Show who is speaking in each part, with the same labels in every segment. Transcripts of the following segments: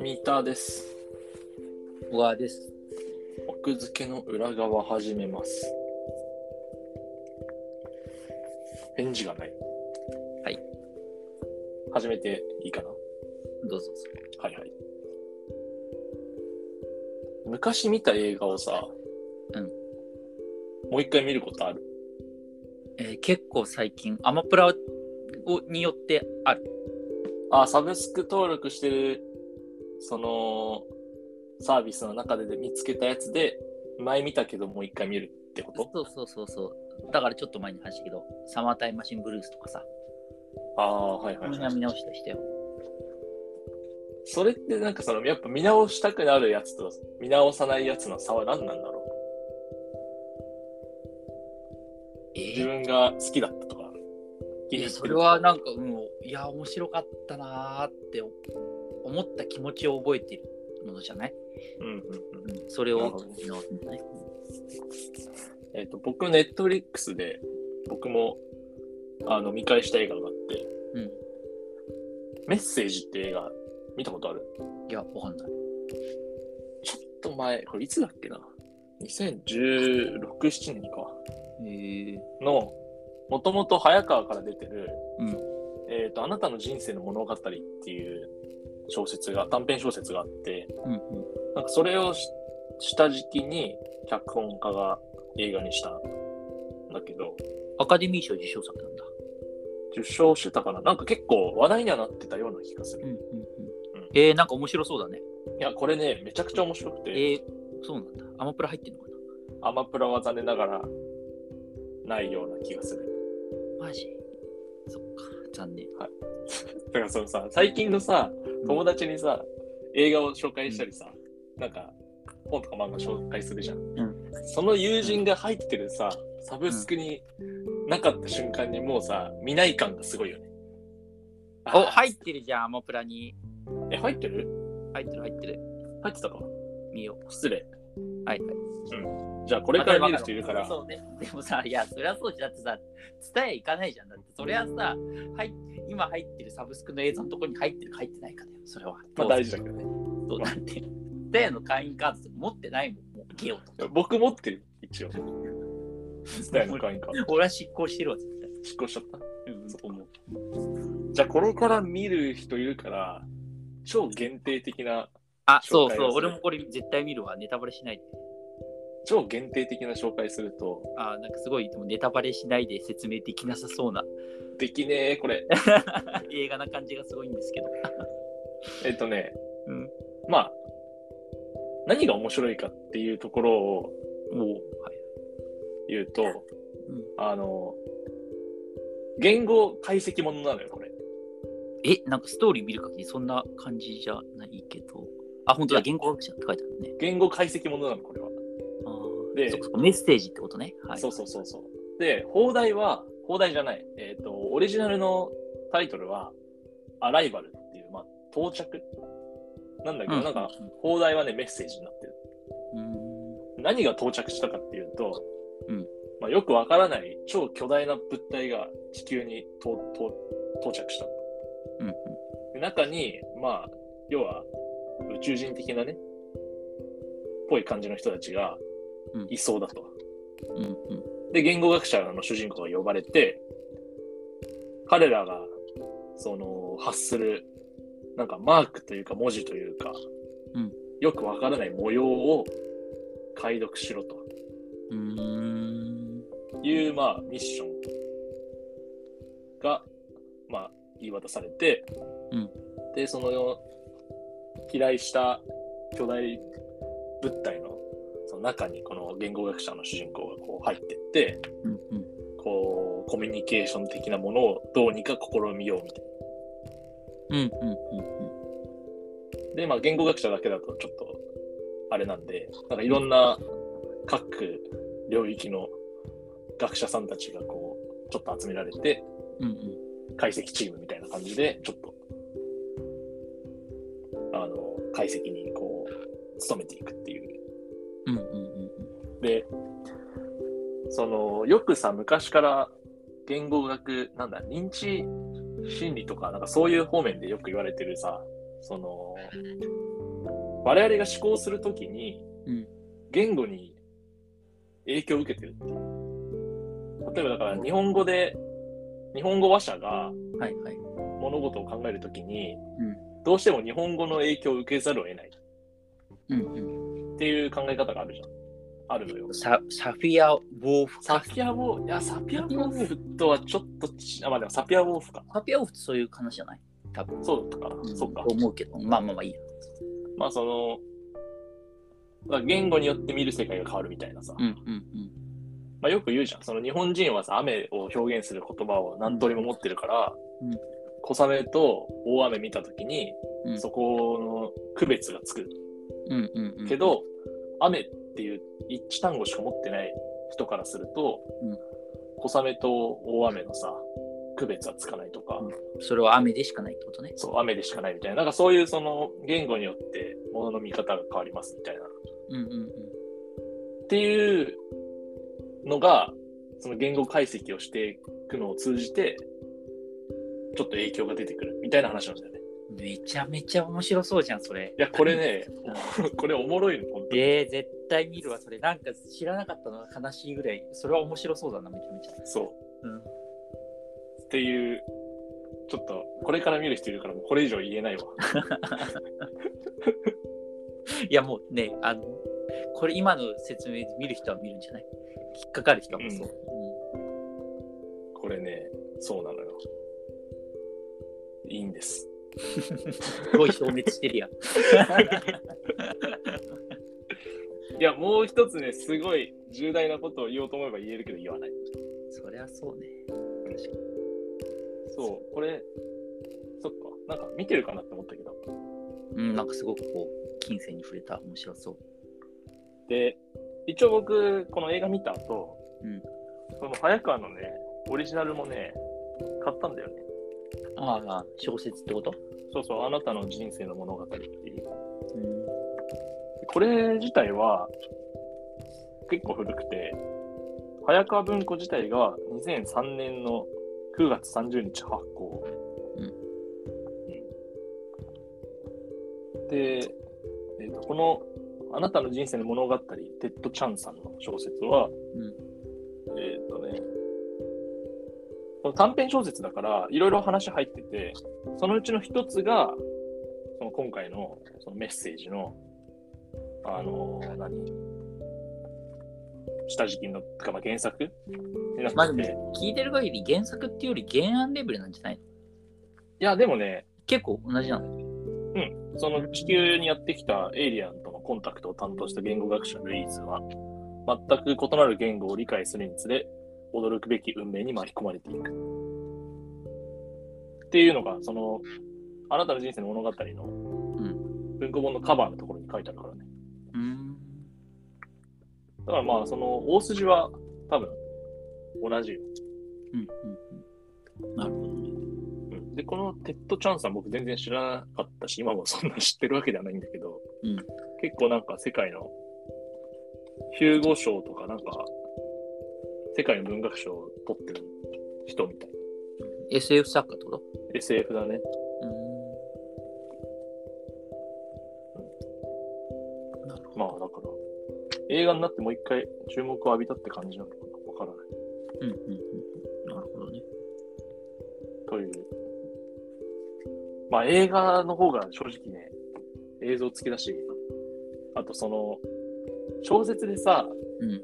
Speaker 1: ミーターです。
Speaker 2: 小川です。
Speaker 1: 奥付けの裏側始めます。返事がない。
Speaker 2: はい。
Speaker 1: 始めていいかな
Speaker 2: どうぞ。
Speaker 1: はいはい。昔見た映画をさ、
Speaker 2: うん
Speaker 1: もう一回見ることある
Speaker 2: えー結構最近、アマプラをによってある。
Speaker 1: あ、サブスク登録してる、その、サービスの中でで見つけたやつで、前見たけどもう一回見るってこと
Speaker 2: そうそうそうそう。だからちょっと前に話したけど、サマータイムマシンブルースとかさ、
Speaker 1: ああ、はいはい、
Speaker 2: みん
Speaker 1: は。
Speaker 2: ない見直した人よ。
Speaker 1: それってなんかその、やっぱ見直したくなるやつと見直さないやつの差は何なんだろう
Speaker 2: え
Speaker 1: 自
Speaker 2: ー、
Speaker 1: 分が好きだったとか。
Speaker 2: いやそれはなんか、うん、いや、面白かったなーって思った気持ちを覚えてるものじゃない、
Speaker 1: うんうんうん。
Speaker 2: うん、それ
Speaker 1: なる
Speaker 2: を
Speaker 1: ほど
Speaker 2: 見直すんじゃない
Speaker 1: えっ、と、僕、ネットフリックスで、僕も、あの、見返した映画があって、
Speaker 2: うん。
Speaker 1: メッセージって映画、見たことある
Speaker 2: いや、わかんない。
Speaker 1: ちょっと前、これいつだっけな ?2016、7年か。
Speaker 2: えー、
Speaker 1: の、もともと早川から出てる、
Speaker 2: うん
Speaker 1: えっ、と、あなたの人生の物語っていう小説が、短編小説があって、
Speaker 2: うんうん。
Speaker 1: なんかそれをし下敷きに脚本家が映画にしたんだけど、
Speaker 2: アカデミー賞受賞作なんだ。
Speaker 1: 受賞してたかななんか結構話題にはなってたような気がする。
Speaker 2: うんうんうん。えー、なんか面白そうだね。
Speaker 1: いや、これね、めちゃくちゃ面白く
Speaker 2: え
Speaker 1: て、
Speaker 2: ー、そうなんだ。アマプラ入ってんのか
Speaker 1: アマプラは残念ながらないような気がする。
Speaker 2: なマジそっか、残念。
Speaker 1: だからそのさ、最近のさ、友達にさ、映画を紹介したりさ、なんか本とか漫画紹介するじゃん。その友人が入ってるさ、サブスクになかった瞬間にもうさ、見ない感がすごいよね。
Speaker 2: お、
Speaker 1: あ
Speaker 2: 入ってるじゃん、アマプラに。
Speaker 1: え、入ってる
Speaker 2: 入ってる、入ってる。
Speaker 1: 入ってたか
Speaker 2: 見よ
Speaker 1: 失礼。
Speaker 2: う。はいはい。
Speaker 1: じゃあこれから見る人いるから、
Speaker 2: そうね。でもさ、いや、そりゃそうじゃんだってさ、伝え行かないじゃん。だって、そりゃさ、はい、今入ってるサブスクの映像のとこに入ってるか入ってないかだよ、それは。
Speaker 1: まあ大事だけどね。
Speaker 2: そうだって、伝えの会員カードって持ってないもん、もうゲオと
Speaker 1: いや
Speaker 2: か。
Speaker 1: 僕持ってる、一応。伝えの会員か。
Speaker 2: 俺は執行してるわ、絶対。
Speaker 1: 執行しちゃった。
Speaker 2: うん、そう思う。
Speaker 1: じゃあこれから見る人いるから、超限定的な、
Speaker 2: あ、そ
Speaker 1: 紹
Speaker 2: う
Speaker 1: 介をする
Speaker 2: そう、俺もこれ絶対見るわ、ネタバレしないで。
Speaker 1: 超限定的な紹介すると、
Speaker 2: あ、なんかすごい、でもネタバレしないで説明できなさそうな
Speaker 1: できねえ、これ。
Speaker 2: 映画な感じがすごいんですけど。
Speaker 1: えっとね、
Speaker 2: うん。
Speaker 1: まあ、何が面白いかっていうところを
Speaker 2: おお、はい。
Speaker 1: 言うと、
Speaker 2: うん
Speaker 1: あの、言語解析ものなのよ、これ。
Speaker 2: え、なんかストーリー見る限りそんな感じじゃないけど。あ、本当だ、
Speaker 1: いや
Speaker 2: 言語学者って書いてあるね。
Speaker 1: 言語解析ものなの、これは。
Speaker 2: あ
Speaker 1: で
Speaker 2: ーそっかそっかメッセージってことね。はい。
Speaker 1: そうそうそうそう。で、放題は、放題じゃない、えっ、と、オリジナルのタイトルは、アライバルっていう、まあ、到着なんだけど、
Speaker 2: うん
Speaker 1: なんか、放題はね、メッセージになってる。
Speaker 2: うーん。
Speaker 1: 何が到着したかっていうと、
Speaker 2: うん
Speaker 1: まあ、よくわからない超巨大な物体が地球にとと到着した。
Speaker 2: うん。
Speaker 1: で中に、まあ、要は宇宙人的なね、ぽい感じの人たちが
Speaker 2: うん
Speaker 1: いそうだと。
Speaker 2: うん。うん。
Speaker 1: で、言語学者の主人公が呼ばれて、彼らが、その、発する、なんかマークというか文字というか、
Speaker 2: うん
Speaker 1: よくわからない模様を解読しろと。
Speaker 2: うん。
Speaker 1: いう、まあ、ミッションが、まあ、言い渡されて、
Speaker 2: うん
Speaker 1: で、その、飛来した巨大物体のその中に、この言語学者の主人公がこう入ってって、
Speaker 2: うん。うん。
Speaker 1: こう、コミュニケーション的なものをどうにか試みようみたい
Speaker 2: うん。うん。
Speaker 1: な。で、まあ、言語学者だけだとちょっと、あれなんで、なんかいろんな各領域の学者さんたちがこう、ちょっと集められて、
Speaker 2: うん。うん。
Speaker 1: 解析チームみたいな感じで、ちょっと、あの、解析にこう、努めていくっていう。
Speaker 2: うん。うん。うん。うん。
Speaker 1: で、その、よくさ、昔から言語学、なんだ、認知心理とか、なんかそういう方面でよく言われてるさ、その、我々が思考するときに
Speaker 2: うん、
Speaker 1: 言語に影響を受けてるっていう。例えばだから、日本語で、日本語話者が
Speaker 2: はいはい。
Speaker 1: 物事を考えるときに、
Speaker 2: うん
Speaker 1: どうしても日本語の影響を受けざるを得ない
Speaker 2: うん
Speaker 1: っていう考え方があるじゃん。あるのよ
Speaker 2: うん。。ササフィア・ウォーフ
Speaker 1: サ
Speaker 2: か。
Speaker 1: ピアウォー、いや、サピアウォーフとはちょっとち、あ、まあでもサピアウォーフか。
Speaker 2: サフィア・ウォーフってそういう話じゃない多分。
Speaker 1: そうだったかな。そっか
Speaker 2: と。思うけど、まあまあまあいいや。
Speaker 1: まあその、まあ言語によって見る世界が変わるみたいなさ。
Speaker 2: うんうん
Speaker 1: まあよく言うじゃん。その日本人はさ、雨を表現する言葉を何通りも持ってるから、
Speaker 2: うん
Speaker 1: 小雨と大雨見たときに、
Speaker 2: うん
Speaker 1: そこの区別がつく
Speaker 2: うん。うんうんうん。
Speaker 1: け、ど、雨っていう一単語しか持ってない人からすると、
Speaker 2: うん
Speaker 1: 小雨と大雨のさ、区別はつかないとか、
Speaker 2: うんそれは雨でしかないってことね。
Speaker 1: そう、雨でしかないみたいな、なんかそういうその言語によって物の見方が変わりますみたいな。っ
Speaker 2: うんうんうん。
Speaker 1: ていうのが、その言語解析をしていくのを通じて、ちょっと影響が出てくるみたいな話なんだよね。
Speaker 2: めちゃめちゃ面白そうじゃん、それ。
Speaker 1: いや、これね、これおもろいの、本当に。
Speaker 2: えー、絶対見るわ、それ。なんか知らなかったのが悲しいぐらい、それは面白そうだな、めちゃめちゃ。
Speaker 1: そう。
Speaker 2: うん
Speaker 1: っていう、ちょっと、これから見る人いるから、もうこれ以上言えないわ。
Speaker 2: いや、もうね、あの、これ今の説明で見る人は見るんじゃない引っかかる人はもそう。
Speaker 1: これね、そうなのよ。いいんです。
Speaker 2: うんすごい消滅して るやん。
Speaker 1: いや、もう一つね、すごい重大なことを言おうと思えば言えるけど言わない。
Speaker 2: そりゃそうね。
Speaker 1: そう、これ、そっか、なんか見てるかなって思ったけど。
Speaker 2: うん、なんかすごくこう、金銭に触れた、面白そう。
Speaker 1: で、一応僕、この映画見た後、
Speaker 2: うん
Speaker 1: これも早川のね、オリジナルもね、買ったんだよね。
Speaker 2: ああ、小説ってこと
Speaker 1: そうそう、あなたの人生の物語っていう。
Speaker 2: うん。
Speaker 1: これ自体は、結構古くて、早川文庫自体が2003年の9月30日発行。
Speaker 2: うん
Speaker 1: うんで、えっとこの「あなたの人生の物語」テッド・チャンさんの小説は、
Speaker 2: うん
Speaker 1: えっとね、この短編小説だからいろいろ話入ってて、そのうちの一つが、その今回のそのメッセージの、あの何下敷きの、てかまあ原作にな
Speaker 2: まあ
Speaker 1: っ
Speaker 2: で
Speaker 1: てて、
Speaker 2: も、聞いてる限り原作っていうより原案レベルなんじゃないの
Speaker 1: いや、でもね、
Speaker 2: 結構同じなの
Speaker 1: その地球にやってきたエイリアンとのコンタクトを担当した言語学者ルイーズは、全く異なる言語を理解するにつれ、驚くべき運命に巻き込まれていく。っていうのが、その、あなたの人生の物語の文庫本のカバーのところに書いてあるからね。
Speaker 2: うん。
Speaker 1: だからまあ、その、大筋は多分、同じよ。
Speaker 2: うんうん。なるほどね。
Speaker 1: うんで、このテッドチャンスは僕全然知らなかったし、今もそんな知ってるわけではないんだけど、
Speaker 2: うん
Speaker 1: 結構なんか世界のヒューゴ賞とかなんか、世界の文学賞を取ってる人みたい。
Speaker 2: SF 作家ってこと
Speaker 1: SF だね。
Speaker 2: なるほど。
Speaker 1: まあだから、映画になってもう一回注目を浴びたって感じなのかなわからない。
Speaker 2: うんうんうん。なるほどね。
Speaker 1: という。まあ映画の方が正直ね、映像付きだし、あとその、小説でさ、
Speaker 2: うん。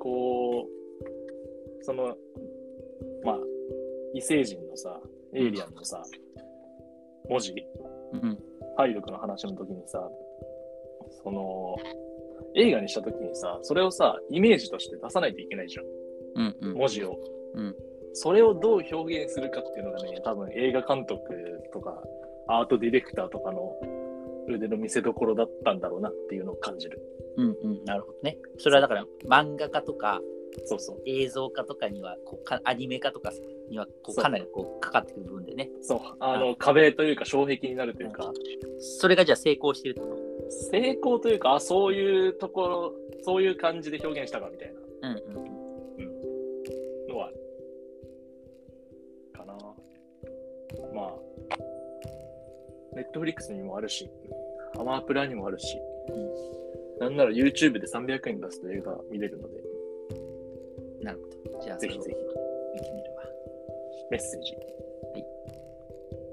Speaker 1: こう、その、まあ、異星人のさ、エイリアンのさ、文字、
Speaker 2: うん。
Speaker 1: 体力の話の時にさ、その、映画にした時にさ、それをさ、イメージとして出さないといけないじゃん、
Speaker 2: うんうん。
Speaker 1: 文字を。
Speaker 2: うん
Speaker 1: それをどう表現するかっていうのがね、多分映画監督とか、アートディレクターとかの腕の見せ所だったんだろうなっていうのを感じる。
Speaker 2: うんうん。なるほどね。それはだから漫画家とか
Speaker 1: そうそう。
Speaker 2: 映像化とかにはこうか、アニメ化とかにはこ
Speaker 1: そうう
Speaker 2: かなりこうかかってくる部分でね。
Speaker 1: そう。あの、壁というか障壁になるというか、
Speaker 2: それがじゃあ成功してるってこと
Speaker 1: 成功というか、あ、そういうところ、そういう感じで表現したかみたいな
Speaker 2: うんうんうん。
Speaker 1: のはある。な。まあ、ネットフリックスにもあるし、アマープラにもあるし、なんなら YouTube で300円出すと映画見れるので、
Speaker 2: なるほど。じゃあ、
Speaker 1: ぜひぜひ
Speaker 2: ひ。見てみるわ。
Speaker 1: メッセージ。
Speaker 2: はい。